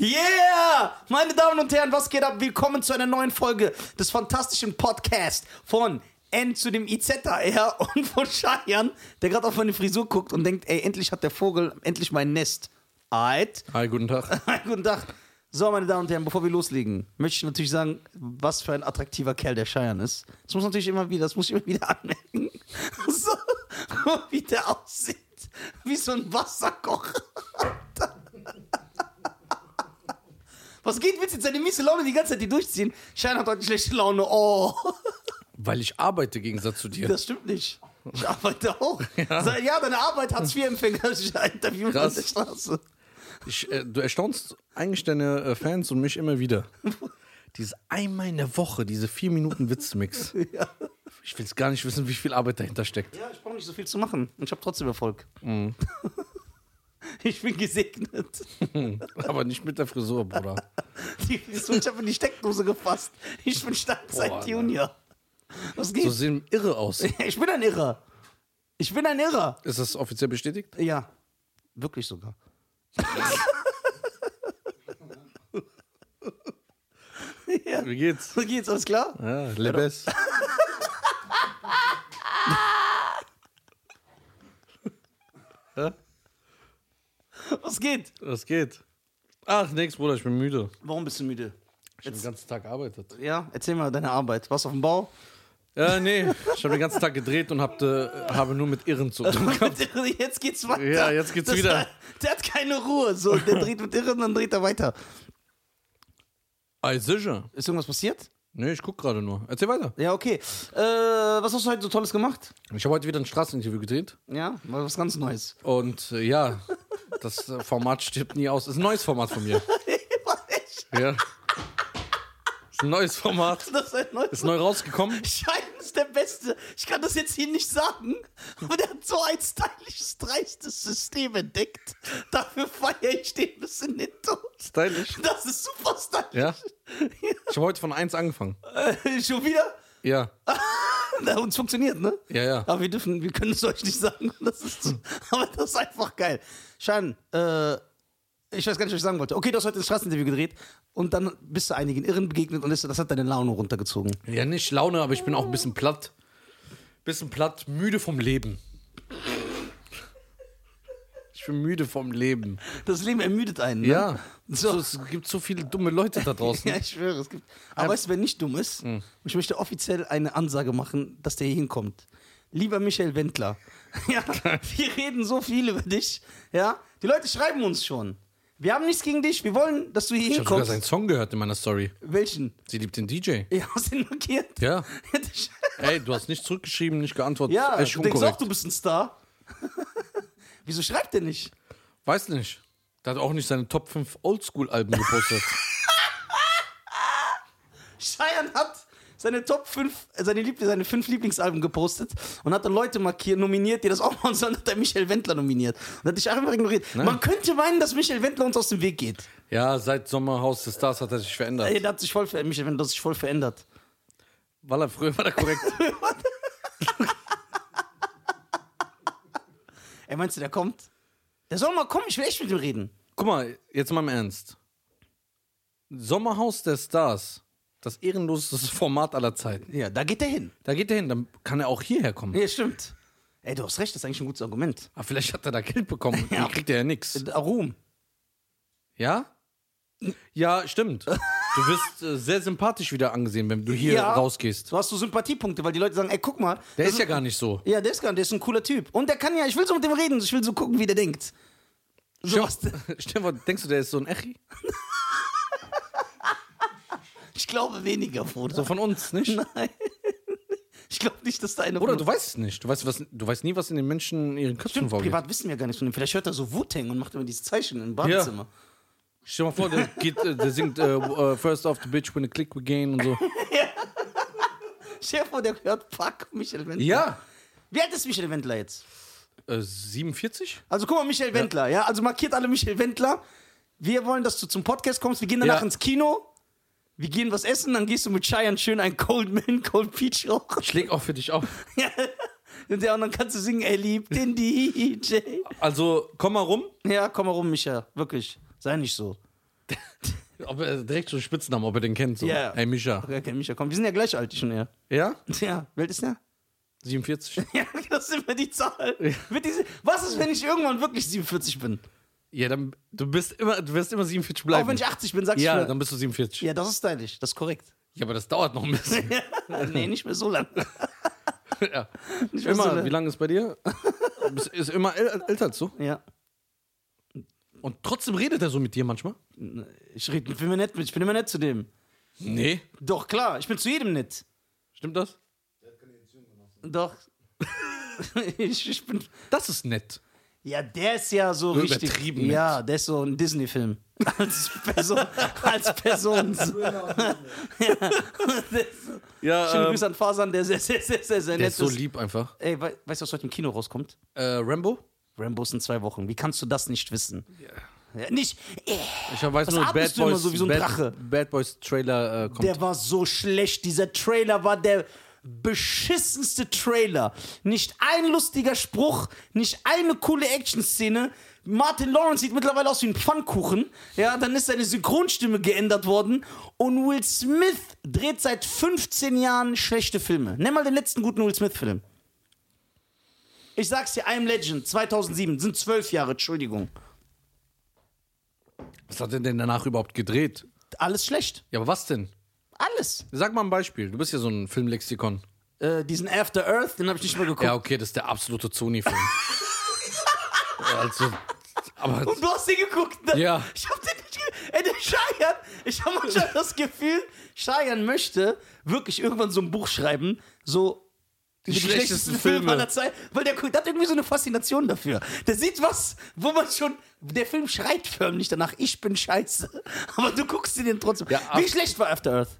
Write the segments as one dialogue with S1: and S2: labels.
S1: Yeah! Meine Damen und Herren, was geht ab? Willkommen zu einer neuen Folge des fantastischen Podcasts von N zu dem IZ R und von Shayan, der gerade auf meine Frisur guckt und denkt, ey, endlich hat der Vogel endlich mein Nest. Alright.
S2: Hi, guten Tag.
S1: Guten Tag. So, meine Damen und Herren, bevor wir loslegen, möchte ich natürlich sagen, was für ein attraktiver Kerl der Scheiern ist. Das muss natürlich immer wieder, das muss ich immer wieder anmerken. So, guck mal, wie der aussieht. Wie so ein Wasserkocher. Was geht mit jetzt seine miese Laune die ganze Zeit die durchziehen? Schein hat heute schlechte Laune. Oh,
S2: Weil ich arbeite, im Gegensatz zu dir.
S1: das stimmt nicht. Ich arbeite auch. Ja, ja deine Arbeit hat vier Empfänger. Ich interview
S2: Krass.
S1: auf der Straße.
S2: Ich, äh, du erstaunst eigentlich deine äh, Fans und mich immer wieder. Dieses einmal in der Woche, diese vier Minuten Witzmix.
S1: Ja.
S2: Ich will es gar nicht wissen, wie viel Arbeit dahinter steckt.
S1: Ja, ich brauche nicht so viel zu machen. Und ich habe trotzdem Erfolg.
S2: Mhm.
S1: Ich bin gesegnet.
S2: Aber nicht mit der Frisur, Bruder.
S1: Die, die, ich habe in die Steckdose gefasst. Ich bin
S2: Boah,
S1: Steinzeit
S2: Alter.
S1: Junior. Was
S2: So
S1: geht?
S2: sehen irre aus.
S1: Ich bin ein Irrer. Ich bin ein Irrer.
S2: Ist das offiziell bestätigt?
S1: Ja, wirklich sogar. ja.
S2: Wie geht's?
S1: So geht's, alles klar?
S2: Ja, Lebes. ja,
S1: Was geht?
S2: was geht? Ach, nix, Bruder, ich bin müde.
S1: Warum bist du müde?
S2: Ich habe den ganzen Tag gearbeitet.
S1: Ja, erzähl mal deine Arbeit. Warst du auf dem Bau?
S2: Ja, nee, ich habe den ganzen Tag gedreht und hab, äh, habe nur mit Irren zu tun.
S1: jetzt geht's weiter.
S2: Ja, jetzt geht's wieder.
S1: der hat keine Ruhe. So, der dreht mit Irren, dann dreht er weiter.
S2: Ey, sicher.
S1: Ist irgendwas passiert?
S2: Nee, ich guck gerade nur. Erzähl weiter.
S1: Ja, okay. Äh, was hast du heute so Tolles gemacht?
S2: Ich habe heute wieder ein Straßeninterview gedreht.
S1: Ja, mal was ganz Neues.
S2: Und äh, ja, das äh, Format stirbt nie aus. Ist ein neues Format von mir. Ja. Ist ein neues Format.
S1: Das ist ein neues.
S2: Ist neu rausgekommen.
S1: Schein ist der Beste. Ich kann das jetzt hier nicht sagen, aber der hat so ein stylisches, dreistes System entdeckt. Dafür feiere ich den bis in den Tod.
S2: Stylisch.
S1: Das ist super stylisch.
S2: Ja. Ich habe heute von 1 angefangen.
S1: Äh, schon wieder?
S2: Ja.
S1: Na, uns funktioniert, ne?
S2: Ja, ja.
S1: Aber wir dürfen, wir können es euch nicht sagen. Das ist, aber das ist einfach geil. Schein, äh, ich weiß gar nicht, was ich sagen wollte. Okay, du hast heute ein Straßeninterview gedreht und dann bist du einigen Irren begegnet und das das hat deine Laune runtergezogen.
S2: Ja, nicht Laune, aber ich bin auch ein bisschen platt. Bisschen platt, müde vom Leben. Ich bin müde vom Leben.
S1: Das Leben ermüdet einen. Ne?
S2: Ja. So,
S1: So.
S2: ne? es gibt so viele dumme Leute da draußen.
S1: Ja, ich schwöre, es gibt. Aber weißt du, wer nicht dumm ist?
S2: Hm.
S1: Ich möchte offiziell eine Ansage machen, dass der hier hinkommt. Lieber Michael Wendler, ja, wir reden so viel über dich. Ja, die Leute schreiben uns schon. Wir haben nichts gegen dich. Wir wollen, dass du hier
S2: Ich habe sogar
S1: hinkommst.
S2: seinen Song gehört in meiner Story.
S1: Welchen?
S2: Sie liebt den DJ.
S1: Ja, hast du ihn markiert?
S2: Ja.
S1: Der Sch-
S2: Ey, du hast nicht zurückgeschrieben, nicht geantwortet.
S1: ja,
S2: Echt
S1: du denkst auch,
S2: unkorrekt.
S1: du bist ein Star. Wieso schreibt der nicht?
S2: Weiß nicht. Der hat auch nicht seine Top 5 Oldschool-Alben gepostet.
S1: Scheiern hat seine Top 5, äh, seine, Liebl seine fünf Lieblingsalben gepostet und hat dann Leute markiert, nominiert, die das auch machen sollen, hat er Michael Wendler nominiert. Und hat dich einfach ignoriert. Man könnte meinen, dass Michael Wendler uns aus dem Weg geht.
S2: ja, seit Sommerhaus des Stars hat er sich verändert.
S1: Ey, der hat sich voll verändert. Michael Wendler hat sich voll verändert.
S2: Weil er früher war er korrekt.
S1: Ey, meinst du, der kommt? Der soll mal kommen, ich will echt mit ihm reden.
S2: Guck mal, jetzt mal im Ernst. Sommerhaus der Stars, das ehrenloseste Format aller Zeiten.
S1: Ja, da geht er hin.
S2: Da geht er hin, dann kann er auch hierher kommen.
S1: Ja, stimmt. Ey, du hast recht, das ist eigentlich ein gutes Argument.
S2: Aber vielleicht hat er da Geld bekommen.
S1: Ja.
S2: Dann kriegt er ja nichts.
S1: Äh, Ruhm.
S2: Ja? Ja, stimmt. Du wirst äh, sehr sympathisch wieder angesehen, wenn du hier
S1: Ja.
S2: rausgehst.
S1: So hast du Sympathiepunkte, weil die Leute sagen, ey, guck mal.
S2: Der
S1: das
S2: ist ja gar nicht so.
S1: Ja, der ist gar der ist ein cooler Typ. Und der kann ja, ich will so mit dem reden, ich will so gucken, wie der denkt. So was,
S2: Stell dir vor, denkst du, der ist so ein Echi?
S1: ich glaube weniger, Bruder.
S2: So von uns, nicht?
S1: Nein. Ich glaube nicht, dass da eine.
S2: Oder du weißt es nicht. Du weißt, was, du weißt nie, was in den Menschen in ihren Köpfen
S1: Stimmt,
S2: vorgeht.
S1: privat wissen wir gar nichts von ihm. Vielleicht hört er so Wu-Tang und macht immer dieses Zeichen im Badezimmer.
S2: Stell dir mal vor, der, geht, äh, der singt äh, äh, First off the Bitch, when a click we gain und so.
S1: Stell dir vor, der hört Fuck Michael Wendler.
S2: Ja.
S1: Wie alt ist Michael Wendler jetzt?
S2: Äh, 47?
S1: Also guck mal, Michael Wendler, ja. Also markiert alle Michael Wendler. Wir wollen, dass du zum Podcast kommst. Wir gehen danach
S2: Ja.
S1: ins Kino. Wir gehen was essen, dann gehst du mit Cheyenne schön ein Cold Man, Cold Peach rauchen.
S2: Ich leg auch für dich auf.
S1: Ja. Und ja, und dann kannst du singen, er liebt den DJ.
S2: Also, komm mal rum.
S1: Ja, komm mal rum, Micha. Wirklich. Sei nicht so.
S2: Ob er direkt schon Spitznamen, ob er den kennt. So.
S1: Ja.
S2: Ey, Mischa.
S1: Okay, Micha, komm, wir sind ja gleich alt, ich und er.
S2: Ja?
S1: Ja, Welt ist ja.
S2: 47.
S1: Ja, das ist immer die Zahl. Mit diese, was ist, wenn ich irgendwann wirklich 47 bin?
S2: Ja, dann du bist immer, du wirst immer 47 bleiben.
S1: Auch wenn ich 80 bin, sagst
S2: ja,
S1: du.
S2: dann bist du 47. Ja.
S1: Ja, das ist stylisch, das ist korrekt.
S2: aber das dauert noch ein bisschen.
S1: nee, nicht mehr so lange.
S2: ja.
S1: Nicht ne? mehr so
S2: Immer,
S1: lange.
S2: wie lange ist bei dir? Bist- ist immer äl- älter als du.
S1: Ja.
S2: Und trotzdem redet er so mit dir manchmal?
S1: Ich rede, bin mir nett mit, ich bin immer nett zu dem.
S2: Nee.
S1: Doch, klar, ich bin zu jedem nett.
S2: Stimmt das?
S1: Doch. ich, ich bin.
S2: Das ist nett.
S1: Ja, der ist ja so
S2: Nur
S1: richtig.
S2: übertrieben nett.
S1: Ja, der ist so ein Disney-Film. Als Person. als Person.
S2: Ja,
S1: Schöne Grüße an Fasan, der sehr, sehr, sehr, sehr, sehr
S2: Ähm, der
S1: nett
S2: ist so lieb einfach.
S1: Ey, wei- weißt du, was heute im Kino rauskommt?
S2: Äh, Rambo?
S1: Rambo ist in zwei Wochen. Wie kannst du das nicht wissen? Ja, nicht. Äh,
S2: Ich weiß
S1: Was
S2: nur,
S1: atmest
S2: Bad
S1: du immer
S2: Boys,
S1: so wie so ein
S2: Bad,
S1: Drache?
S2: Bad Boys Trailer äh, kommt.
S1: der war so schlecht. Dieser Trailer war der beschissenste Trailer. Nicht ein lustiger Spruch, nicht eine coole Action-Szene. Martin Lawrence sieht mittlerweile aus wie ein Pfannkuchen. Ja, dann ist seine Synchronstimme geändert worden. Und Will Smith dreht seit 15 Jahren schlechte Filme. Nimm mal den letzten guten Will Smith-Film. Ich sag's dir, I'm Legend, 2007, sind zwölf Jahre, Entschuldigung.
S2: Was hat er denn danach überhaupt gedreht?
S1: Alles schlecht.
S2: Ja, aber was denn?
S1: Alles.
S2: Sag mal ein Beispiel. Du bist ja so ein Filmlexikon.
S1: Äh, diesen After Earth, den habe ich nicht mehr geguckt.
S2: Ja, okay, das ist der absolute Sony-Film. also, aber
S1: Und du hast den geguckt, ne?
S2: Ja.
S1: Ich hab den nicht ge- Ey, der Scheiern, ich habe manchmal das Gefühl, Scheiern möchte wirklich irgendwann so ein Buch schreiben, so
S2: die,
S1: über
S2: schlechtesten Filme.
S1: aller Zeit, weil der, der hat irgendwie so eine Faszination dafür. Der sieht was, wo man schon, der Film schreit förmlich danach, ich bin scheiße, aber du guckst dir den trotzdem.
S2: Ja,
S1: Wie
S2: ab-
S1: schlecht war After Earth?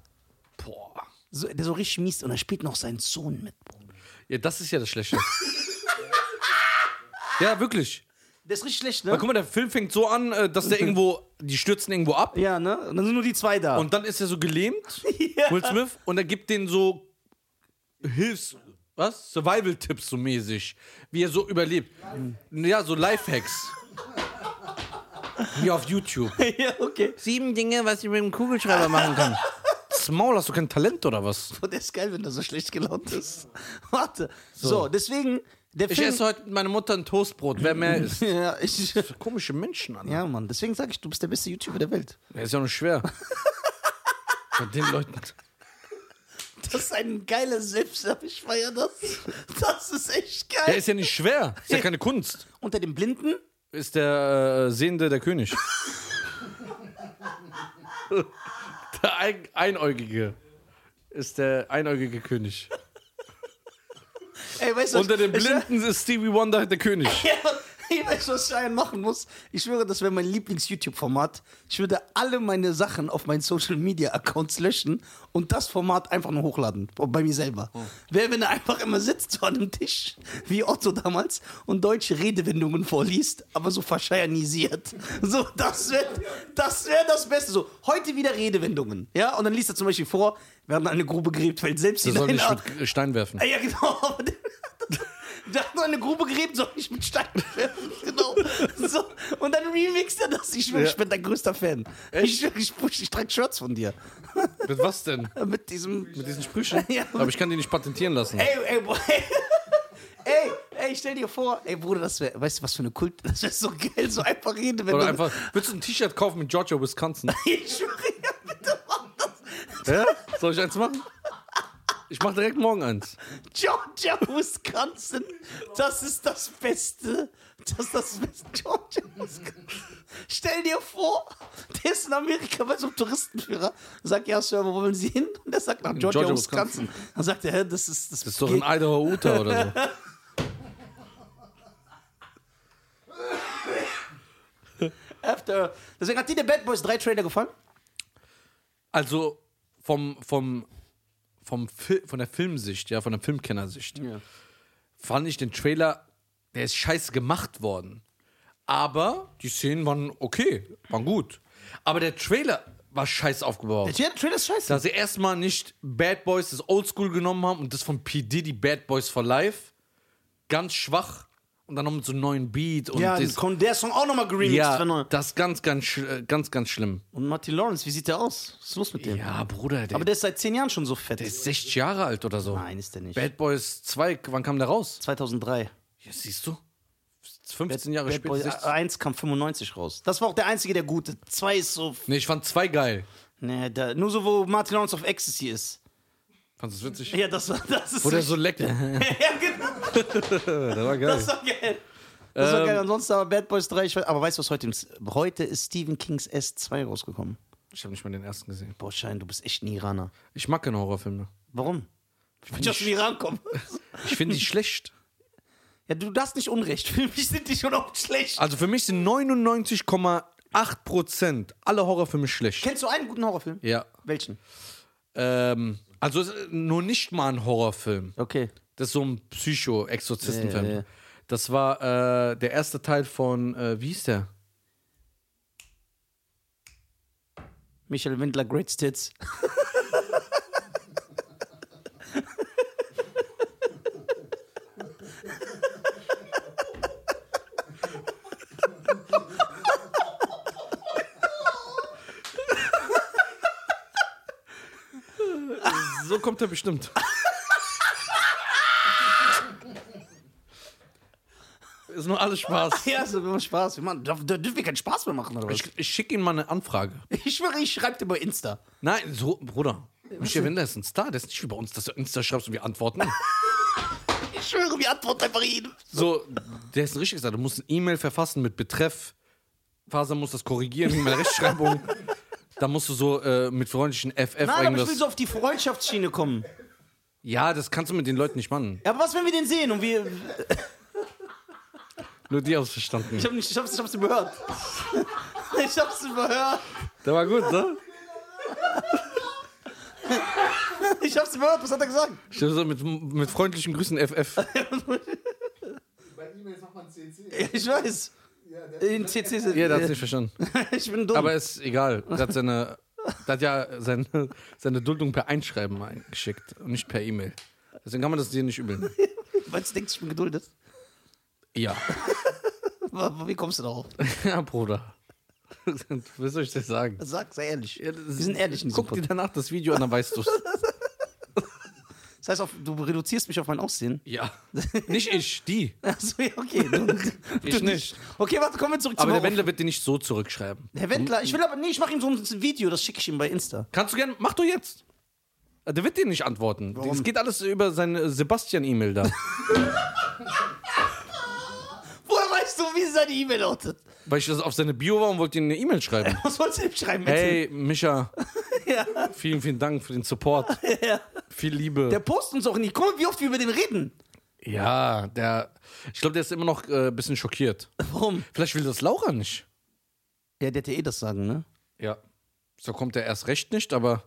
S2: Boah.
S1: So, der so richtig mies und da spielt noch sein Sohn mit.
S2: Ja, das ist ja das Schlechte. ja, wirklich.
S1: Der ist richtig schlecht,
S2: Weil,
S1: ne?
S2: guck mal, der Film fängt so an, äh, dass der irgendwo, die stürzen irgendwo ab
S1: Ja, ne? Und dann sind nur die zwei da.
S2: und dann ist er so gelähmt,
S1: Ja.
S2: Will Smith, und er gibt denen so Hilfs-, was? Survival-Tipps so mäßig, wie er so überlebt. Ja, so Lifehacks. wie auf YouTube.
S1: ja, okay.
S2: Sieben Dinge, was ich mit dem Kugelschreiber machen kann. Small, hast du kein Talent oder was?
S1: Und der ist geil, wenn der so schlecht gelaunt ist. Warte. So, deswegen, der
S2: Ich
S1: Film.
S2: esse heute mit meiner Mutter ein Toastbrot, wer mehr isst.
S1: ja, ich,
S2: Komische Menschen an.
S1: ja, Mann, deswegen sage ich, du bist der beste YouTuber der Welt.
S2: Ja, ist ja auch nicht schwer. Bei den Leuten.
S1: Das ist ein geiler Selbst, aber ich feiere das. Das ist echt
S2: Der
S1: geil.
S2: ist ja nicht schwer. Ist ja keine Kunst.
S1: Unter dem Blinden?
S2: Ist der äh, Sehende der König. Der Ein Einäugige. Ist der einäugige König.
S1: Ey, weißt du, was-
S2: Unter den
S1: ich-
S2: Blinden ist Stevie Wonder der König.
S1: Ja, ich weiß, was Schein machen muss. Ich schwöre, das wäre mein Lieblings-YouTube-Format. Ich würde alle meine Sachen auf meinen Social-Media-Accounts löschen und das Format einfach nur hochladen. Bei mir selber.
S2: Oh.
S1: Wer, wenn er einfach immer sitzt so an einem Tisch, wie Otto damals, und deutsche Redewendungen vorliest, aber so verscheinisiert. So, das wäre das, wär das Beste. So, heute wieder Redewendungen. Ja, und dann liest er zum Beispiel vor, während eine Grube gräbt, fällt selbst
S2: Der soll
S1: hinein.
S2: nicht mit Stein werfen.
S1: Ah, Ja, genau. Aber der- Der hat nur eine Grube gräbt, soll ich mit Stein werfen. Genau. So. Und dann remixt er das. Ich, schwöre,
S2: Ja.
S1: ich bin dein größter Fan. Ich, schwöre, ich, push, ich trage Shirts von dir.
S2: Mit was denn?
S1: Mit diesem.
S2: Mit diesen Sprüchen?
S1: Ja.
S2: Aber ich kann die nicht patentieren lassen.
S1: Ey, ey, boah, ey. Ey, ey, stell dir vor, ey, Bruder, das wäre, weißt du, was für eine Kult, das wäre so geil, so einfach reden, wenn
S2: Oder
S1: du,
S2: einfach, willst du ein T-Shirt kaufen mit Georgia, Wisconsin?
S1: ich schwöre, ja, bitte mach das,
S2: Ja? Soll ich eins machen? Ich mach direkt morgen eins.
S1: Georgia, Wisconsin, das ist das Beste. Das ist das Beste. Georgia, Wisconsin. Stell dir vor, der ist in Amerika bei so einem Touristenführer. Sagt, ja, Sir, wo wollen Sie hin? Und der sagt nach Georgia,
S2: Georgia,
S1: Wisconsin. Dann sagt er, hä, das ist das,
S2: Das ist doch ein Idaho Utah oder so.
S1: After. Deswegen hat dir der Bad Boys 3 Trailer gefallen?
S2: Also vom, vom, vom Fi von der Filmsicht, ja, von der Filmkennersicht, fand ich den Trailer, der ist scheiße gemacht worden. Aber die Szenen waren okay, waren gut. Aber der Trailer war scheiße aufgebaut.
S1: Der Trailer ist scheiße.
S2: Dass sie erstmal nicht Bad Boys das Oldschool genommen haben und das von P. Diddy Bad Boys for Life. Ganz schwach. Und dann noch mit so einem neuen Beat und
S1: ja,
S2: das,
S1: kommt der Song auch nochmal geremixed. wenn
S2: ja,
S1: er-
S2: das ist ganz, ganz, sch- äh, ganz, ganz schlimm.
S1: Und Martin Lawrence, wie sieht der aus? Was ist los mit dem?
S2: Ja, Bruder, der,
S1: Aber der ist seit zehn Jahren schon so fett.
S2: der ist 60 Jahre alt oder so.
S1: Nein, ist der nicht.
S2: Bad Boys 2, wann kam der raus?
S1: 2003.
S2: Ja, siehst du? 15 Jahre
S1: Bad
S2: später.
S1: Boy
S2: 16.
S1: 1 kam 95 raus. Das war auch der einzige, der gute. Zwei ist so.
S2: Nee, ich fand 2 geil.
S1: Nee, da, nur so, wo Martin Lawrence auf Ecstasy ist.
S2: Fandest du das witzig?
S1: Ja, das war. Das ist
S2: Wo der so leckt. der
S1: ja, genau.
S2: war geil. Ähm.
S1: Das war geil. Das war geil. Ansonsten aber Bad Boys 3. Ich weiß, aber weißt du, was heute ist? Heute ist Stephen Kings S2 rausgekommen.
S2: Ich habe nicht mal den ersten gesehen.
S1: Boah, Schein, du bist echt ein Iraner.
S2: Ich mag keine Horrorfilme.
S1: Warum? Ich will nicht aus dem Iran kommen.
S2: Ich finde die schlecht.
S1: Ja, du darfst nicht unrecht. Für mich sind die schon oft schlecht.
S2: Also für mich sind 99,8% alle Horrorfilme schlecht.
S1: Kennst du einen guten Horrorfilm?
S2: Ja.
S1: Welchen?
S2: Ähm, also es ist nur nicht mal ein Horrorfilm.
S1: Okay.
S2: Das ist so ein Psycho-Exorzistenfilm.
S1: Ja, ja, ja.
S2: Das war äh, der erste Teil von, äh, wie hieß der?
S1: Michael Windler, Great Tits.
S2: So kommt er bestimmt. ist nur alles Spaß.
S1: Ja, so immer Spaß. Wir machen, da, da dürfen wir keinen Spaß mehr machen, oder was?
S2: Ich, ich schicke ihm mal eine Anfrage.
S1: Ich schwöre, ich schreibe dir bei Insta.
S2: Nein, so, Bruder. Michael Wendler ist ein Star. Der ist nicht wie bei uns, dass du Insta schreibst und wir antworten.
S1: Ich schwöre, wir antworten einfach jedem.
S2: So, der ist ein richtig gesagt. Du musst eine E-Mail verfassen mit Betreff. Faser muss das korrigieren mit meiner Rechtschreibung. da musst du so äh, mit freundlichen FF
S1: Nein, aber ich
S2: irgendwas.
S1: will so auf die Freundschaftsschiene kommen.
S2: ja, das kannst du mit den Leuten nicht machen.
S1: Ja, aber was, wenn wir den sehen und wir.
S2: Nur die haben es verstanden.
S1: Ich hab nicht, ich hab's, ich hab's überhört. Ich hab's überhört.
S2: Der war gut, ne?
S1: Ich hab's überhört, was hat er gesagt?
S2: Ich hab so mit, mit freundlichen Grüßen FF.
S3: Bei E-Mails macht man CC.
S1: Ja, Ich weiß. In CC sind
S2: Ja, der hat es nicht verstanden.
S1: Ich bin dumm.
S2: Aber ist egal. Der hat seine. Der hat ja seine, seine Duldung per Einschreiben eingeschickt und nicht per E-Mail. Deswegen kann man das dir nicht übeln.
S1: Weil du denkst, ich bin geduldet.
S2: Ja.
S1: Aber Wie kommst du darauf?
S2: Ja, Bruder. Was soll ich dir sagen?
S1: Sag, sei ehrlich.
S2: Ja, das
S1: Wir sind ehrlich in diesem
S2: Guck dir danach das Video an, dann weißt du's.
S1: Das heißt, auf, du reduzierst mich auf mein Aussehen.
S2: ja. Nicht ich, die.
S1: Achso, ja, okay. Du,
S2: Ich nicht.
S1: Okay, warte, kommen wir zurück
S2: Aber
S1: zum
S2: der
S1: Horror-
S2: Wendler wird dir nicht so zurückschreiben.
S1: Herr Wendler, ich will aber, nee, ich mache ihm so ein Video, das schicke ich ihm bei Insta.
S2: Kannst du gerne, mach du jetzt. Der wird dir nicht antworten. Es geht alles über seine Sebastian-E-Mail da.
S1: Woher weißt du, wie seine E-Mail lautet?
S2: Weil ich das auf seine Bio war und wollte ihm eine E-Mail schreiben.
S1: Was wolltest du ihm schreiben?
S2: Hey, Micha,
S1: Ja.
S2: vielen, vielen Dank für den Support. Viel Liebe.
S1: Der postet uns auch nie. Guck mal, wie oft wir über den reden.
S2: ja, der. Ich glaube, der ist immer noch äh, ein bisschen schockiert.
S1: Warum?
S2: Vielleicht will das Laura nicht.
S1: Ja, der hätte eh das sagen, ne?
S2: Ja. So kommt er erst recht nicht, aber.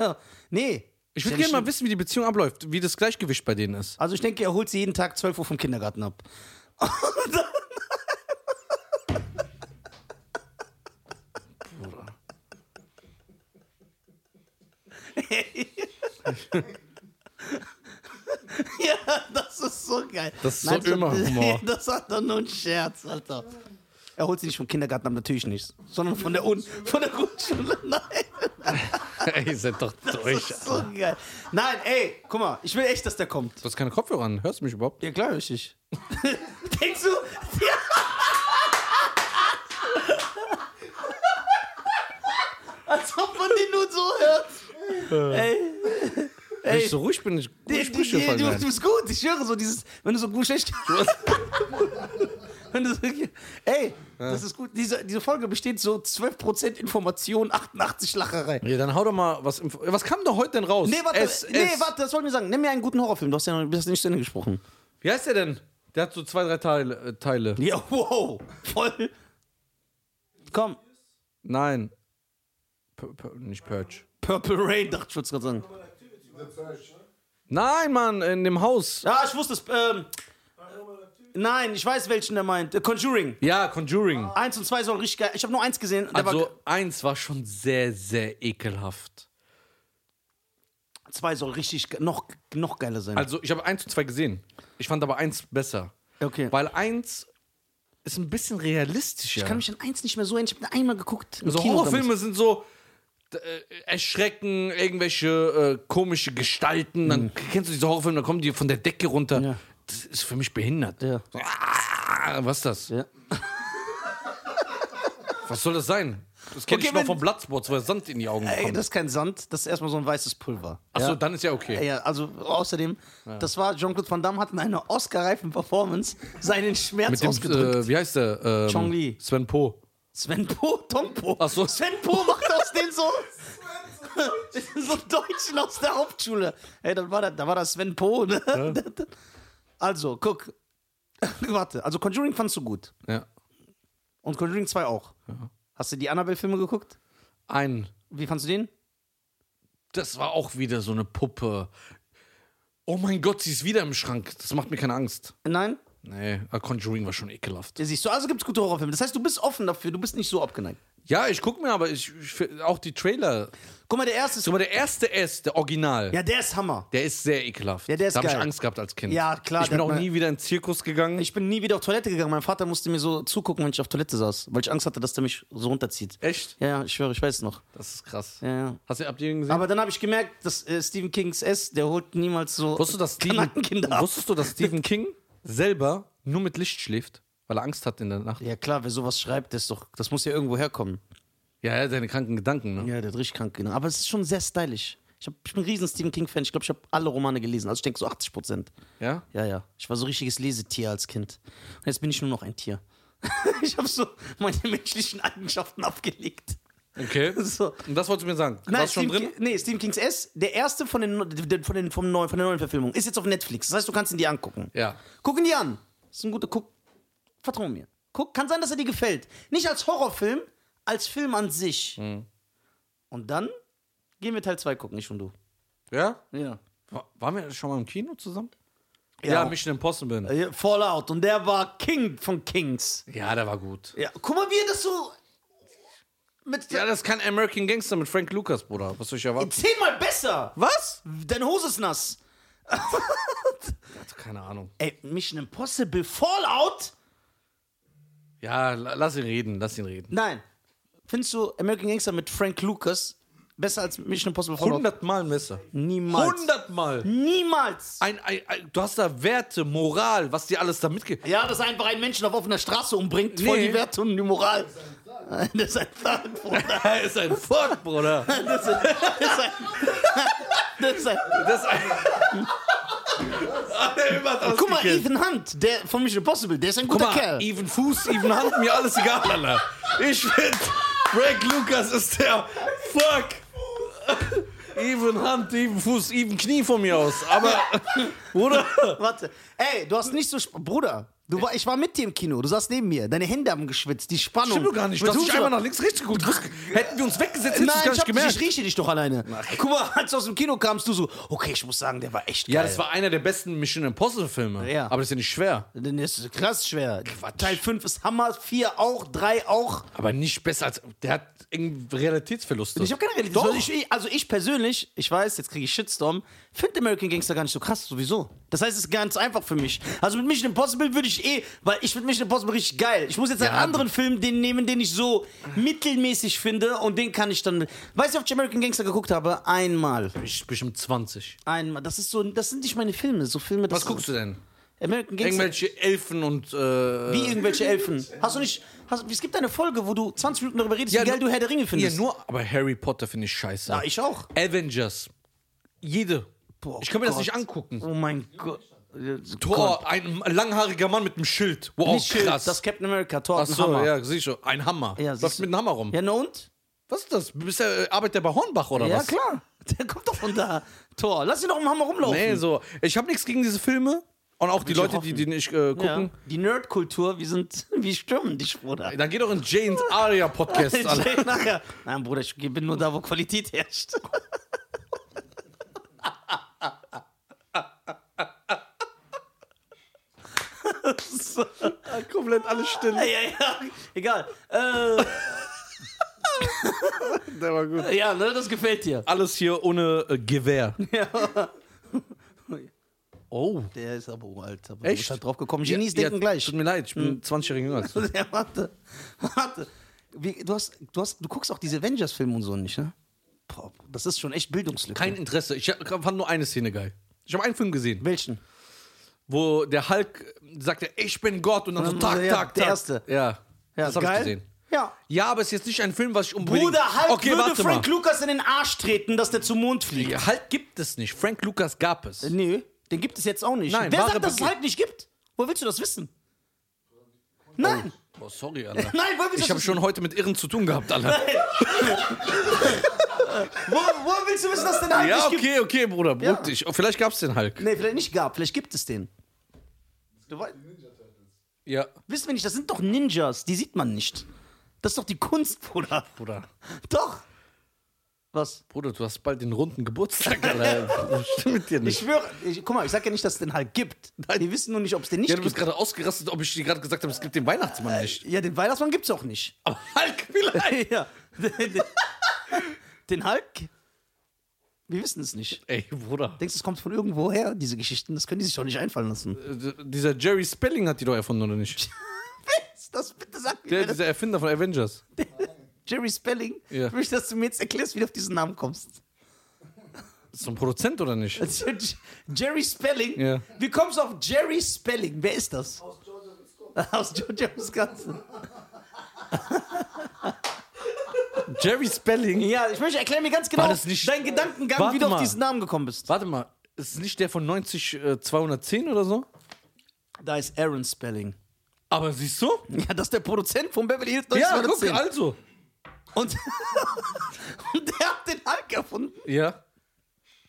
S1: ja. Nee. Ist
S2: Ich würde
S1: ja
S2: gerne
S1: nicht
S2: mal wissen, wie die Beziehung abläuft, wie das Gleichgewicht bei denen ist.
S1: schlimm. Also ich denke, er holt sie jeden Tag 12 Uhr vom Kindergarten ab. ja, das ist so geil.
S2: Das ist so immer
S1: das-
S2: Humor.
S1: Das hat doch nur ein Scherz, Alter. Er holt sie nicht vom Kindergarten ab, natürlich nicht. Sondern von der, Un von der Grundschule. Nein.
S2: Ey, ihr seid doch durch.
S1: Das ist so geil. Nein, ey, guck mal, ich will echt, dass der kommt.
S2: Du hast keine Kopfhörer an. Hörst du mich überhaupt?
S1: Ja, klar, richtig. Denkst du? Ja. Als ob man den nur so hört.
S2: Wenn ich so ruhig bin, ich gute
S1: Die, die,
S2: Sprüche
S1: die,
S2: fallen
S1: du, du
S2: ein.
S1: bist gut, ich höre so dieses, wenn du so gut schlecht. wenn du so, ey, das ist gut. Diese, diese Folge besteht so 12% Information, 88 Lacherei.
S2: Ja, dann hau doch mal was. im- Was kam da heute denn raus?
S1: Nee, warte,
S2: S,
S1: nee,
S2: S.
S1: warte, das wollte ich mir sagen. Nimm mir einen guten Horrorfilm, du hast ja noch, du hast nicht zu Ende gesprochen.
S2: Wie heißt der denn? Der hat so zwei, drei Teile. Äh, Teile.
S1: Ja, wow, voll. Komm,
S2: Nein. P P nicht Purge.
S1: Purple Rain, dachte ich, würde es gerade sagen.
S2: Nein, Mann, in dem Haus.
S1: Ja, ich wusste es. Ähm, nein, ich weiß, welchen der meint. Äh, Conjuring.
S2: Ja, Conjuring.
S1: Eins und zwei sollen richtig geil. Ich habe nur eins gesehen. Der
S2: Also,
S1: war,
S2: eins war schon sehr, sehr ekelhaft.
S1: zwei soll richtig ge- noch, noch geiler sein.
S2: Also, ich habe eins und zwei gesehen. Ich fand aber eins besser.
S1: Okay.
S2: Weil eins ist ein bisschen realistischer.
S1: Ich kann mich an eins nicht mehr so erinnern. Ich habe einmal geguckt. im
S2: so
S1: Kino damals.
S2: Horrorfilme sind so d- äh, erschrecken, irgendwelche äh, komische Gestalten. Dann kennst du diese Horrorfilme, dann kommen die von der Decke runter.
S1: Mhm. Ja.
S2: Das ist für mich behindert.
S1: Ja.
S2: So, ah, was ist das?
S1: Ja.
S2: Was soll das sein? Das kenne
S1: Okay,
S2: ich noch
S1: wenn-
S2: vom Bloodsport, weil Sand in die Augen
S1: Ey,
S2: kommt.
S1: das ist kein Sand, das ist erstmal so ein weißes Pulver.
S2: Achso,
S1: ja.
S2: dann ist ja okay.
S1: Ja, also außerdem, das war Jean-Claude Van Damme hat in einer Oscar-reifen Performance seinen Schmerz
S2: Mit dem,
S1: ausgedrückt.
S2: äh, wie heißt der? Ähm,
S1: Chong Li.
S2: Sven Po.
S1: Sven Po, Tom Po.
S2: Ach so.
S1: Sven Po macht aus den so, so einen Deutschen aus der Hauptschule. Ey, dann war das, da war das Sven Po. Ne? Also, guck. Warte, also Conjuring fandst du gut.
S2: Ja.
S1: Und Conjuring 2 auch. Hast du die Annabelle-Filme geguckt?
S2: Ein.
S1: Wie fandst du den?
S2: Das war auch wieder so eine Puppe. Oh mein Gott, sie ist wieder im Schrank. Das macht mir keine Angst.
S1: Nein?
S2: Nee, A Conjuring war schon ekelhaft.
S1: Ja, siehst du, also gibt es gute Horrorfilme. Das heißt, du bist offen dafür, du bist nicht so abgeneigt.
S2: Ja, ich guck mir aber ich, ich, auch die Trailer.
S1: Guck mal, der erste ist.
S2: Guck mal, der erste S, der Original,
S1: Ja, der ist Hammer.
S2: der ist sehr ekelhaft.
S1: Ja, der ist
S2: da habe ich
S1: geil.
S2: Angst gehabt als Kind.
S1: Ja, klar,
S2: Ich bin
S1: der
S2: auch
S1: hat
S2: nie wieder in den Zirkus gegangen.
S1: Ich bin nie wieder auf Toilette gegangen. Mein Vater musste mir so zugucken, wenn ich auf Toilette saß, weil ich Angst hatte, dass der mich so runterzieht.
S2: Echt?
S1: Ja, ja, ich schwöre, ich weiß es noch.
S2: Das ist krass.
S1: Ja, ja.
S2: Hast du, habt ihr ihn gesehen?
S1: Aber dann habe ich gemerkt, dass äh, Stephen Kings S, der holt niemals so
S2: Wusstest du, dass Stephen,
S1: Kanackenkinder ab.
S2: wusstest du, dass Stephen King selber nur mit Licht schläft, weil er Angst hat in der Nacht?
S1: Ja klar, wer sowas schreibt, das, ist doch, das muss ja irgendwo herkommen.
S2: Ja, er hat seine kranken Gedanken, ne?
S1: Ja, der hat richtig krank genau. Aber es ist schon sehr stylisch. Ich, hab, ich bin ein riesen Stephen King-Fan. Ich glaube, ich habe alle Romane gelesen. Also ich denke so 80 Prozent.
S2: Ja?
S1: Ja, ja. Ich war so richtiges Lesetier als Kind. Und jetzt bin ich nur noch ein Tier. ich habe so meine menschlichen Eigenschaften abgelegt.
S2: Okay.
S1: So.
S2: Und das wolltest du mir sagen.
S1: Nein,
S2: Warst du schon
S1: Stephen
S2: drin?
S1: Ki- Nee, Stephen Kings S, der erste von, den, der- von, den, vom neuen, von der neuen Verfilmung, ist jetzt auf Netflix. Das heißt, du kannst ihn dir angucken.
S2: Ja.
S1: Guck ihn dir an. Ist ein guter Guck. Vertrau mir. Guck, kann sein, dass er dir gefällt. Nicht als Horrorfilm, als Film an sich. Und dann gehen wir Teil 2 gucken, ich und du.
S2: Ja?
S1: Ja.
S2: Wa- Waren wir schon mal im Kino zusammen?
S1: Ja.
S2: Ja, Mission Impossible.
S1: Äh, Fallout. Und der war King von Kings.
S2: Ja, der war gut.
S1: Ja, guck mal, wie er das so mit
S2: Ja, das kann American Gangster mit Frank Lucas, Bruder. Was soll ich erwarten?
S1: zehnmal besser.
S2: Was?
S1: Deine Hose ist nass.
S2: Keine Ahnung.
S1: Ey, Mission Impossible Fallout?
S2: Ja, la- lass ihn reden, lass ihn reden.
S1: Nein. Findest du American Gangster mit Frank Lucas besser als Mission Impossible Fallout?
S2: 100 Mal Messer.
S1: Niemals.
S2: 100 Mal.
S1: Niemals.
S2: Ein, ein, ein, du hast da Werte, Moral, was dir alles da mitge...
S1: Ja, dass einfach einen Menschen auf offener Straße umbringt, voll
S2: Nee.
S1: die Werte und die Moral. Das ist ein Thug, Bruder.
S2: Er ist ein Fuck, Bruder.
S1: Das ist ein, das ist ein, das ist ein
S2: Das ist ein... Alter,
S1: Guck mal, Ethan Hunt, der von Mission Impossible, der ist ein
S2: Guck
S1: guter
S2: mal,
S1: Kerl.
S2: even Fuß, even Hand, mir alles egal, Alter. Ich find, Frank Lucas ist der Fuck. Even Hand, even Fuß, even Knie von mir aus. Aber, Bruder,
S1: Warte. Ey, du hast nicht so. Sp Bruder, du war, ich war mit dir im Kino. Du saßt neben mir. Deine Hände haben geschwitzt. Die Spannung.
S2: stimmt doch gar nicht,
S1: Mit
S2: dass ich
S1: Hubschrauber-
S2: einmal nach links, rechts geguckt hab. Hätten wir uns weggesetzt, hättest du
S1: Nein,
S2: es
S1: ich,
S2: gar nicht
S1: hab, dich- ich
S2: gemerkt.
S1: rieche dich doch alleine. Guck mal, als du aus dem Kino kamst, du so, okay, ich muss sagen, der war echt geil.
S2: Ja, das war einer der besten Mission Impossible Filme.
S1: Ja.
S2: Aber das ist ja nicht schwer.
S1: Denn das ist krass schwer.
S2: Quatsch.
S1: Teil 5 ist Hammer, 4 auch, 3 auch.
S2: Aber nicht besser als. Der hat irgendwie Realitätsverluste.
S1: Ich habe keine Realität.
S2: Doch.
S1: Also ich, also ich persönlich, ich weiß, jetzt kriege ich Shitstorm, finde American Gangster gar nicht so krass, sowieso. Das heißt, es ist ganz einfach für mich. Also mit Mission Impossible würde ich eh, weil ich finde Mission Impossible richtig geil. Ich muss jetzt einen
S2: Ja.
S1: anderen Film den nehmen, den ich so mittelmäßig finde und den kann ich dann. Weißt du, ob ich American Gangster geguckt habe? Einmal.
S2: Ich bestimmt 20.
S1: Einmal. Das ist so, das sind nicht meine Filme, so Filme. Das
S2: Was guckst du denn?
S1: American Gangster.
S2: Irgendwelche Elfen und. Äh,
S1: Wie irgendwelche Elfen. Hast du nicht. Hast, es gibt eine Folge, wo du 20 Minuten darüber redest, wie geil du Herr der Ringe findest.
S2: Ja, nur, aber Harry Potter finde ich scheiße.
S1: ja, ich auch.
S2: Avengers. Jede.
S1: Boah,
S2: ich kann mir das
S1: Oh Gott.
S2: nicht angucken.
S1: Oh mein Gott.
S2: Thor, ein langhaariger Mann mit einem Schild. Wow,
S1: Nicht Schild,
S2: krass.
S1: das Captain America, Thor
S2: Ach
S1: hat einen
S2: so,
S1: Hammer.
S2: ja, sieh schon. Ein Hammer.
S1: Ja,
S2: Ja,
S1: siehst
S2: Läuft
S1: du.
S2: mit einem Hammer rum.
S1: Ja, na und?
S2: Was ist das? Bist der, äh, arbeitet der bei Hornbach oder
S1: Ja,
S2: was?
S1: klar. Der kommt doch von da. Thor, lass ihn doch im Hammer rumlaufen.
S2: Nee, so. Ich habe nichts gegen diese Filme. Und auch die
S1: ich
S2: Leute,
S1: auch
S2: die
S1: offen.
S2: die nicht äh,
S1: ja.
S2: gucken.
S1: Die Nerdkultur, wir sind, wir stürmen dich, Bruder.
S2: Dann geh doch in Janes Aria Podcast.
S1: Ich
S2: Alter.
S1: seh nachher. Nein, Bruder, ich bin nur da, wo Qualität herrscht. so.
S2: Komplett alles still.
S1: Ja, ja, egal. Äh,
S2: Der war gut.
S1: ja, ne, das gefällt dir.
S2: Alles hier ohne äh, Gewehr.
S1: Ja.
S2: Oh.
S1: Der ist aber uralt. Aber
S2: Echt?
S1: Du bist halt drauf gekommen. Genies denken gleich. Hm.
S2: Tut mir leid, ich bin 20 Jahre jünger. als du.
S1: Ja, warte. Warte. Wie, du, hast, du, hast, du guckst auch diese Avengers-Filme und so nicht, ne? Boah, das ist schon echt Bildungslücke.
S2: Kein Interesse. Ich hab- fand nur eine Szene geil. Ich habe einen Film gesehen,
S1: Welchen?
S2: wo der Hulk sagte, ich bin Gott und dann so
S1: Ja,
S2: tak,
S1: der
S2: tak, tak.
S1: erste.
S2: Ja,
S1: Ja,
S2: das habe ich
S1: geil.
S2: gesehen.
S1: Ja.
S2: Ja, aber es ist jetzt nicht ein Film, was ich unbedingt...
S1: Bruder, Hulk
S2: okay,
S1: würde
S2: warte
S1: Frank
S2: mal.
S1: Lucas in den Arsch treten, dass der zum Mond fliegt.
S2: Ja, Hulk gibt es nicht. Frank Lucas gab es.
S1: Nö, den gibt es jetzt auch nicht.
S2: Nein,
S1: Wer
S2: wahre
S1: sagt, dass es
S2: Begehr-
S1: Hulk nicht gibt? Wo willst du das wissen? Nein!
S2: Boah, sorry, Alter.
S1: Nein, wo willst du
S2: Oh. Ich
S1: das
S2: habe schon heute mit Irren zu tun gehabt, Alter.
S1: Wo, wo willst du wissen, dass es den Hulk
S2: Ja,
S1: nicht gibt?
S2: okay, okay, Bruder, beruhig
S1: Ja.
S2: dich. Oh, Vielleicht gab's den Hulk.
S1: Nee, vielleicht nicht gab, vielleicht gibt es den. Du weißt,
S2: Ja,
S1: wissen wir nicht, das sind doch Ninjas, die sieht man nicht. Das ist doch die Kunst, Bruder.
S2: Bruder.
S1: Doch! Was?
S2: Bruder, du hast bald den runden Geburtstag, Alter. Das Stimmt mit dir
S1: Ich
S2: nicht.
S1: schwöre, ich, guck mal, ich sag ja nicht, dass es den Hulk gibt. Wir wissen nur nicht, ob es den nicht
S2: Ja, du bist
S1: gibt.
S2: gerade ausgerastet, ob ich dir gerade gesagt habe, es gibt den Weihnachtsmann nicht.
S1: Ja, den Weihnachtsmann gibt's auch nicht.
S2: Aber Hulk vielleicht.
S1: ja. Den, den Hulk? Wir wissen es nicht.
S2: Ey, Bruder.
S1: Denkst du, es kommt von irgendwo her, diese Geschichten? Das können die sich doch nicht einfallen lassen.
S2: D- Dieser Jerry Spelling hat die doch erfunden, oder nicht?
S1: Das bitte sag
S2: Der,
S1: mir. das-
S2: dieser Erfinder von Avengers.
S1: Jerry Spelling.
S2: Ja.
S1: Ich möchte, dass du mir jetzt erklärst, wie du auf diesen Namen kommst.
S2: Ist doch ein Produzent, oder nicht?
S1: Also, J- Jerry Spelling?
S2: Ja.
S1: Wie kommst du auf Jerry Spelling? Wer ist das? Aus Georgia Wisconsin. Aus Georgia Wisconsin.
S2: Jerry Spelling?
S1: Ja, ich möchte, erklär mir ganz genau
S2: War das nicht-
S1: deinen Gedankengang,
S2: Warte
S1: wie du
S2: mal.
S1: auf diesen Namen gekommen bist.
S2: Warte mal, ist nicht der von 90, äh, 210 oder so?
S1: Da ist Aaron Spelling.
S2: Aber siehst du?
S1: Ja, das ist der Produzent von Beverly Hills
S2: Ja,
S1: 90210.
S2: guck, also.
S1: Und, und der hat den Hulk erfunden.
S2: Ja.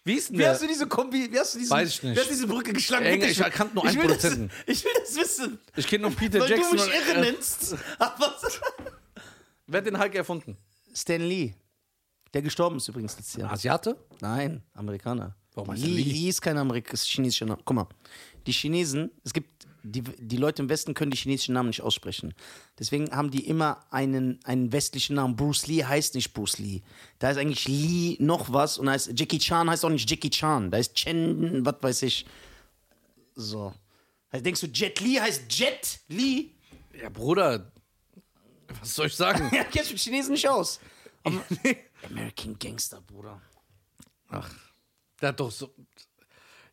S2: Wie ist denn
S1: Wie
S2: der?
S1: hast du diese Kombi, wie hast du diese,
S2: Weiß ich nicht.
S1: Wie hast du diese Brücke geschlagen?
S2: Ey,
S1: Bitte
S2: ich erkannte nur
S1: ich
S2: einen
S1: will das-
S2: Produzenten.
S1: Ich will das wissen,
S2: Ich kenne noch Peter
S1: weil
S2: Jackson.
S1: du mich
S2: und-
S1: irre
S2: äh,
S1: nennst. Aber
S2: wer hat den Hulk erfunden?
S1: Stan Lee, der gestorben ist übrigens letztes Jahr.
S2: Asiate?
S1: Nein, Amerikaner.
S2: Warum heißt er
S1: Lee,
S2: Lee?
S1: Lee ist kein Amerikaner, ist chinesischer Name. Guck mal, die Chinesen, es gibt, die, die Leute im Westen können die chinesischen Namen nicht aussprechen. Deswegen haben die immer einen, einen westlichen Namen. Bruce Lee heißt nicht Bruce Lee. Da ist eigentlich Lee noch was und heißt Jackie Chan heißt auch nicht Jackie Chan. Da ist Chen, was weiß ich. So. Also denkst du, Jet Lee heißt Jet Lee?
S2: Ja, Bruder. Was soll ich sagen?
S1: Ja, kennst du den Chinesen nicht aus. Aber- American Gangster, Bruder.
S2: Ach, da hat doch so.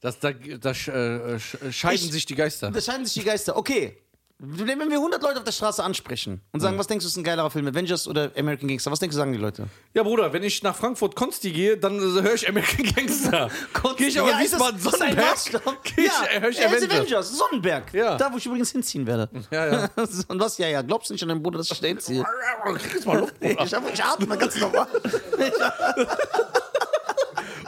S2: Das, da da sch, äh, sch, scheiden
S1: Ich-
S2: sich die Geister.
S1: Da scheiden sich die Geister. Okay. Wenn wir 100 Leute auf der Straße ansprechen und
S2: Mhm.
S1: sagen, was denkst du, ist ein geilerer Film, Avengers oder American Gangster, was denkst du, sagen die Leute?
S2: Ja, Bruder, wenn ich nach Frankfurt Konsti gehe, dann äh, höre ich American Gangster. Gehe ich aber
S1: Ja, ist das-
S2: Wiesbaden
S1: ist ein
S2: Sonnenberg,
S1: Maßstab?
S2: gehe ich,
S1: Ja,
S2: äh, höre ich
S1: er ist
S2: Avengers.
S1: Avengers, Sonnenberg.
S2: Ja.
S1: Da, wo ich übrigens hinziehen werde.
S2: Ja, ja.
S1: Und was, ja, ja, glaubst du nicht an deinen Bruder, dass ich da hinziehe?
S2: Kriegst mal Luft, Bruder.
S1: Ich, hab, ich atme ganz normal.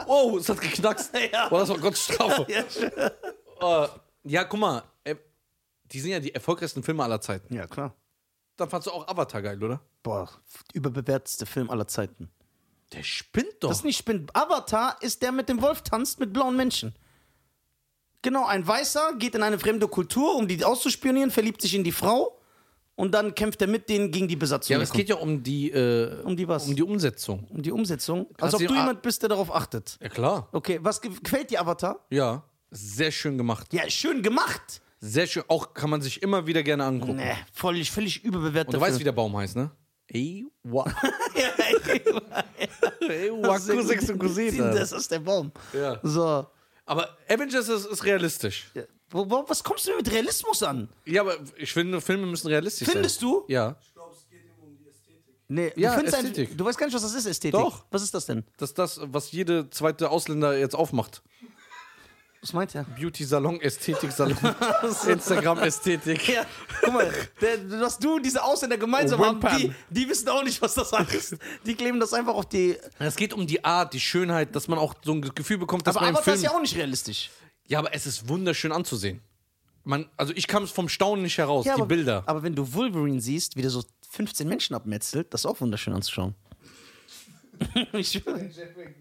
S2: Oh, es hat geknackst.
S1: Ja.
S2: Boah, das war Gottes Strafe.
S1: Ja,
S2: Äh, ja, guck mal. äh, Die sind ja die erfolgreichsten Filme aller Zeiten.
S1: ja, klar.
S2: Dann fandst du auch Avatar geil, oder?
S1: Boah, überbewertetste Film aller Zeiten.
S2: Der spinnt doch.
S1: Das ist nicht Spin. Avatar ist der mit dem Wolf tanzt mit blauen Menschen. Genau, ein Weißer geht in eine fremde Kultur, um die auszuspionieren, verliebt sich in die Frau und dann kämpft er mit denen gegen die Besatzung.
S2: ja, aber es geht ja um die, äh,
S1: um die was?
S2: um die Also Umsetzung.
S1: Um die Umsetzung.
S2: Hast
S1: Als ob
S2: du-
S1: du jemand bist, der darauf achtet.
S2: Ja, klar.
S1: Okay, was ge- gefällt dir Avatar?
S2: Ja, sehr schön gemacht.
S1: Ja, schön gemacht.
S2: Sehr schön. Auch kann man sich immer wieder gerne angucken.
S1: Nee, völlig, völlig überbewertet.
S2: Und du weißt, wie der Baum heißt, ne? Ey, wa. Ey, wa, Cousins und Cousine.
S1: Das ist der Baum.
S2: Ja.
S1: So.
S2: Aber Avengers ist, ist realistisch.
S1: Ja, Wo, wo, was kommst du denn mit Realismus an?
S2: Ja, aber ich finde, Filme müssen realistisch
S1: Findest
S2: sein.
S1: du?
S2: Ja.
S1: Nee,
S2: Ja,
S1: du, findest ein-
S2: Ästhetik.
S1: du weißt gar nicht, was das ist, Ästhetik.
S2: Doch.
S1: Was ist das denn?
S2: Das ist das, was jede zweite Ausländer jetzt aufmacht.
S1: Was meint er?
S2: Beauty-Salon, Ästhetik-Salon, Instagram-Ästhetik.
S1: Ja, guck mal, der, was du und diese Ausländer gemeinsam haben,
S2: Wimpern.
S1: die, die wissen auch nicht, was das heißt. Die kleben das einfach auf die.
S2: Es geht um die Art, die Schönheit, dass man auch so ein Gefühl bekommt, dass
S1: Aber
S2: man im
S1: Avatar
S2: Film...
S1: ist ja auch nicht realistisch.
S2: ja, aber es ist wunderschön anzusehen. Man, also ich kam vom Staunen nicht heraus, die
S1: aber,
S2: Bilder.
S1: Aber wenn du Wolverine siehst, wie der so 15 Menschen abmetzelt, das ist auch wunderschön anzuschauen. Ich schwöre. Jeffrey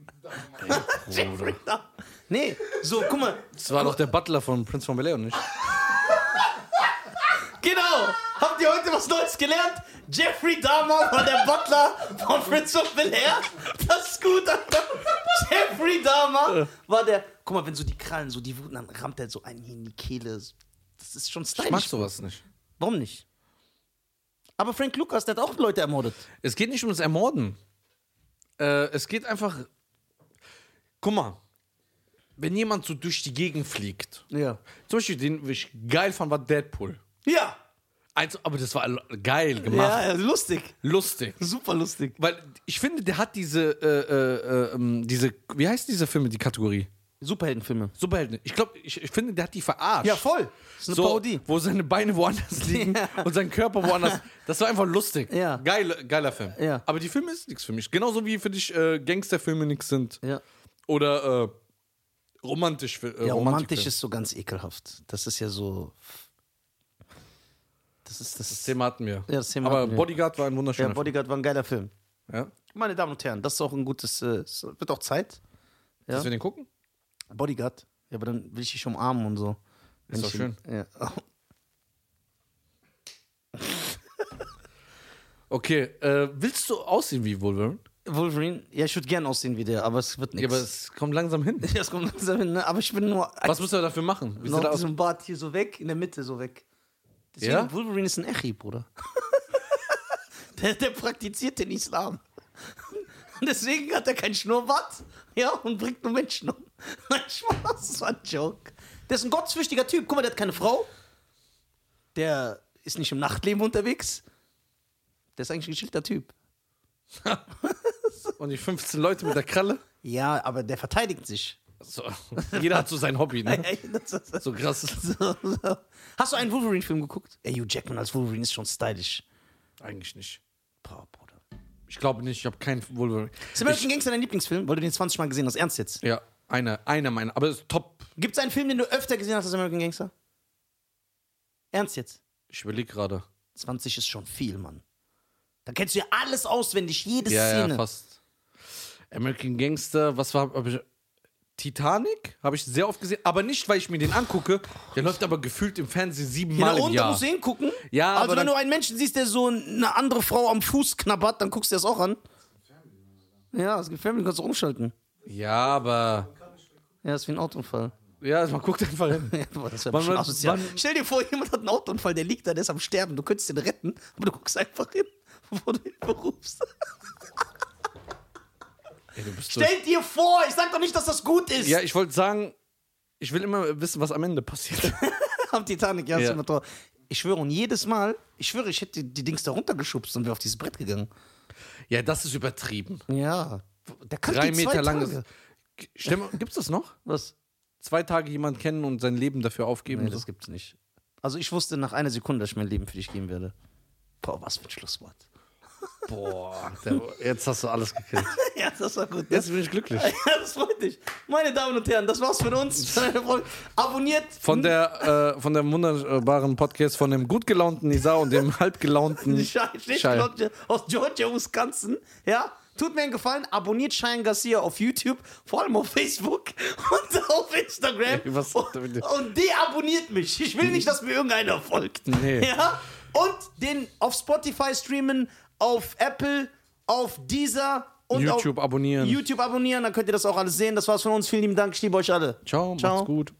S1: Dahmer. nee, so, guck mal.
S2: Das war doch der Butler von Prince von Bel-Air, nicht?
S1: Genau. Habt ihr heute was Neues gelernt? Jeffrey Dahmer war der Butler von Prince of Bel-Air. Das ist gut, Alter. Jeffrey Dahmer war der... Guck mal, wenn so die Krallen, so die Wuten, dann rammt er so einen in die Kehle. Das ist schon stylisch.
S2: Ich mag sowas nicht.
S1: Warum nicht? Aber Frank Lucas, der hat auch Leute ermordet.
S2: Es geht nicht um das Ermorden. Äh, es geht einfach. Guck mal, wenn jemand so durch die Gegend fliegt,
S1: Ja.
S2: zum Beispiel den, ich geil fand, war Deadpool.
S1: Ja.
S2: Eins, aber das war geil gemacht,
S1: Ja, lustig.
S2: lustig.
S1: Super lustig.
S2: Weil ich finde, der hat diese, äh, äh, ähm, diese, wie heißt diese Filme, die Kategorie?
S1: Superheldenfilme.
S2: Superhelden. Ich glaube, ich, ich finde, der hat die verarscht.
S1: Ja, voll. Das ist eine
S2: so,
S1: Parodie.
S2: Wo seine Beine woanders liegen
S1: Ja.
S2: und sein Körper woanders. Das war einfach lustig.
S1: Ja.
S2: Geil, geiler Film.
S1: Ja.
S2: Aber die Filme ist nichts für mich. Genauso wie für dich äh, Gangsterfilme nichts sind.
S1: Ja.
S2: Oder äh, romantisch. Äh,
S1: Ja, romantisch
S2: Romantikfilme.
S1: ist so ganz ekelhaft. Das ist ja so. Das ist das.
S2: Das Thema hatten wir.
S1: Ja, das Thema
S2: Aber
S1: hatten wir.
S2: Bodyguard war ein
S1: ja,
S2: wunderschöner
S1: Bodyguard war ein geiler Film.
S2: Film. Ja?
S1: Meine Damen und Herren, das ist auch ein gutes. Äh, es wird auch Zeit. Ja.
S2: Dass wir den gucken?
S1: Bodyguard. Ja, aber dann will ich dich umarmen und so. Wenn
S2: doch
S1: ich ihn- Ja.
S2: Okay, äh, willst du aussehen wie Wolverine?
S1: Wolverine, ja, ich würde gern aussehen wie der, aber es wird
S2: Ja,
S1: nichts.
S2: aber es kommt langsam hin.
S1: das kommt langsam hin, ne? Aber ich bin nur
S2: Was musst du dafür machen? Wie sieht
S1: noch
S2: er aus?
S1: diesem Bart hier so weg, in der Mitte so weg. Deswegen,
S2: Ja?
S1: Wolverine ist ein Echi, Bruder. der, der praktiziert den Islam. Deswegen hat er keinen Schnurrbart, ja, und bringt nur Menschen um. Nein, Spaß, das war ein Joke. Der ist ein gottesfürchtiger Typ. Guck mal, der hat keine Frau. Der ist nicht im Nachtleben unterwegs. Der ist eigentlich ein geschillter Typ.
S2: Und die 15 Leute mit der Kralle?
S1: Ja, aber der verteidigt sich.
S2: So, jeder hat so sein Hobby, ne? So krass.
S1: So, so. Hast du einen Wolverine-Film geguckt? Ey, Hugh Jackman als Wolverine ist schon stylisch.
S2: Eigentlich nicht.
S1: Boah, Bruder.
S2: Ich glaube nicht, ich habe keinen Wolverine.
S1: Ist American Gangster dein Lieblingsfilm? Weil du den 20 Mal gesehen hast, ernst jetzt.
S2: Ja, einer, einer meiner. Aber es ist top.
S1: Gibt es einen Film, den du öfter gesehen hast als American Gangster? Ernst jetzt.
S2: Ich überlege gerade.
S1: 20 ist schon viel, Mann. Da kennst du ja alles auswendig, jede
S2: Ja, ja,
S1: Szene.
S2: fast. American Gangster, was war. Hab ich, Titanic habe ich sehr oft gesehen, aber nicht, weil ich mir den angucke. Der läuft aber gefühlt im Fernsehen
S1: Genau,
S2: siebenmal im
S1: und da
S2: Jahr.
S1: musst du hingucken.
S2: Ja, aber
S1: also wenn
S2: dann-
S1: du einen Menschen siehst, der so eine andere Frau am Fuß knabbert, dann guckst du dir das auch an. Ja, es gibt Family, du kannst auch umschalten.
S2: Ja, aber.
S1: Ja, ist wie ein Autounfall.
S2: Ja, also man guckt einfach hin.
S1: Ja, boah, das wär
S2: Wann-
S1: bestimmt
S2: wann-
S1: asozial.
S2: wann-
S1: Stell dir vor, jemand hat einen Autounfall, der liegt da, der ist am Sterben. Du könntest den retten, aber du guckst einfach hin, wo du ihn berufst.
S2: Ey, du bist so
S1: Stell dir vor, ich sag doch nicht, dass das gut ist.
S2: Ja, ich wollte sagen, ich will immer wissen, was am Ende passiert.
S1: Am Titanic, ja,
S2: Ja.
S1: ist immer toll. Ich schwöre, und jedes Mal, ich schwöre, ich hätte die, die Dings da runtergeschubst und wäre auf dieses Brett gegangen.
S2: ja, das ist übertrieben.
S1: Ja. Der kann
S2: Drei
S1: die zwei
S2: Meter
S1: Tage.
S2: lang. Stell mal, gibt's das noch?
S1: Was?
S2: Zwei Tage jemanden kennen und sein Leben dafür aufgeben.
S1: Nee,
S2: so.
S1: das gibt's nicht. Also ich wusste nach einer Sekunde, dass ich mein Leben für dich geben werde. Boah, was für ein Schlusswort.
S2: Boah, der, jetzt hast du alles gekillt.
S1: ja, das war gut. ne?
S2: Jetzt bin ich glücklich.
S1: Ja, das freut dich. Meine Damen und Herren, das war's von uns. Abonniert.
S2: Von der, äh, von dem wunderbaren Podcast von dem gut gelaunten Nisa und dem halb gelaunten
S1: die Schei-
S2: Schei.
S1: Schlechte aus Georgia, Wisconsin. hm? Ja, tut mir einen Gefallen, abonniert Cheyenne Garcia auf YouTube, vor allem auf Facebook und auf Instagram.
S2: Ey, was-
S1: und, und deabonniert mich. Ich will nicht, dass mir irgendeiner folgt.
S2: Nee.
S1: Ja? Und den auf Spotify streamen, auf Apple, auf Deezer und
S2: YouTube
S1: auf
S2: abonnieren.
S1: YouTube abonnieren. Dann könnt ihr das auch alles sehen. Das war's von uns. Vielen lieben Dank. Ich liebe euch alle.
S2: Ciao, macht's gut.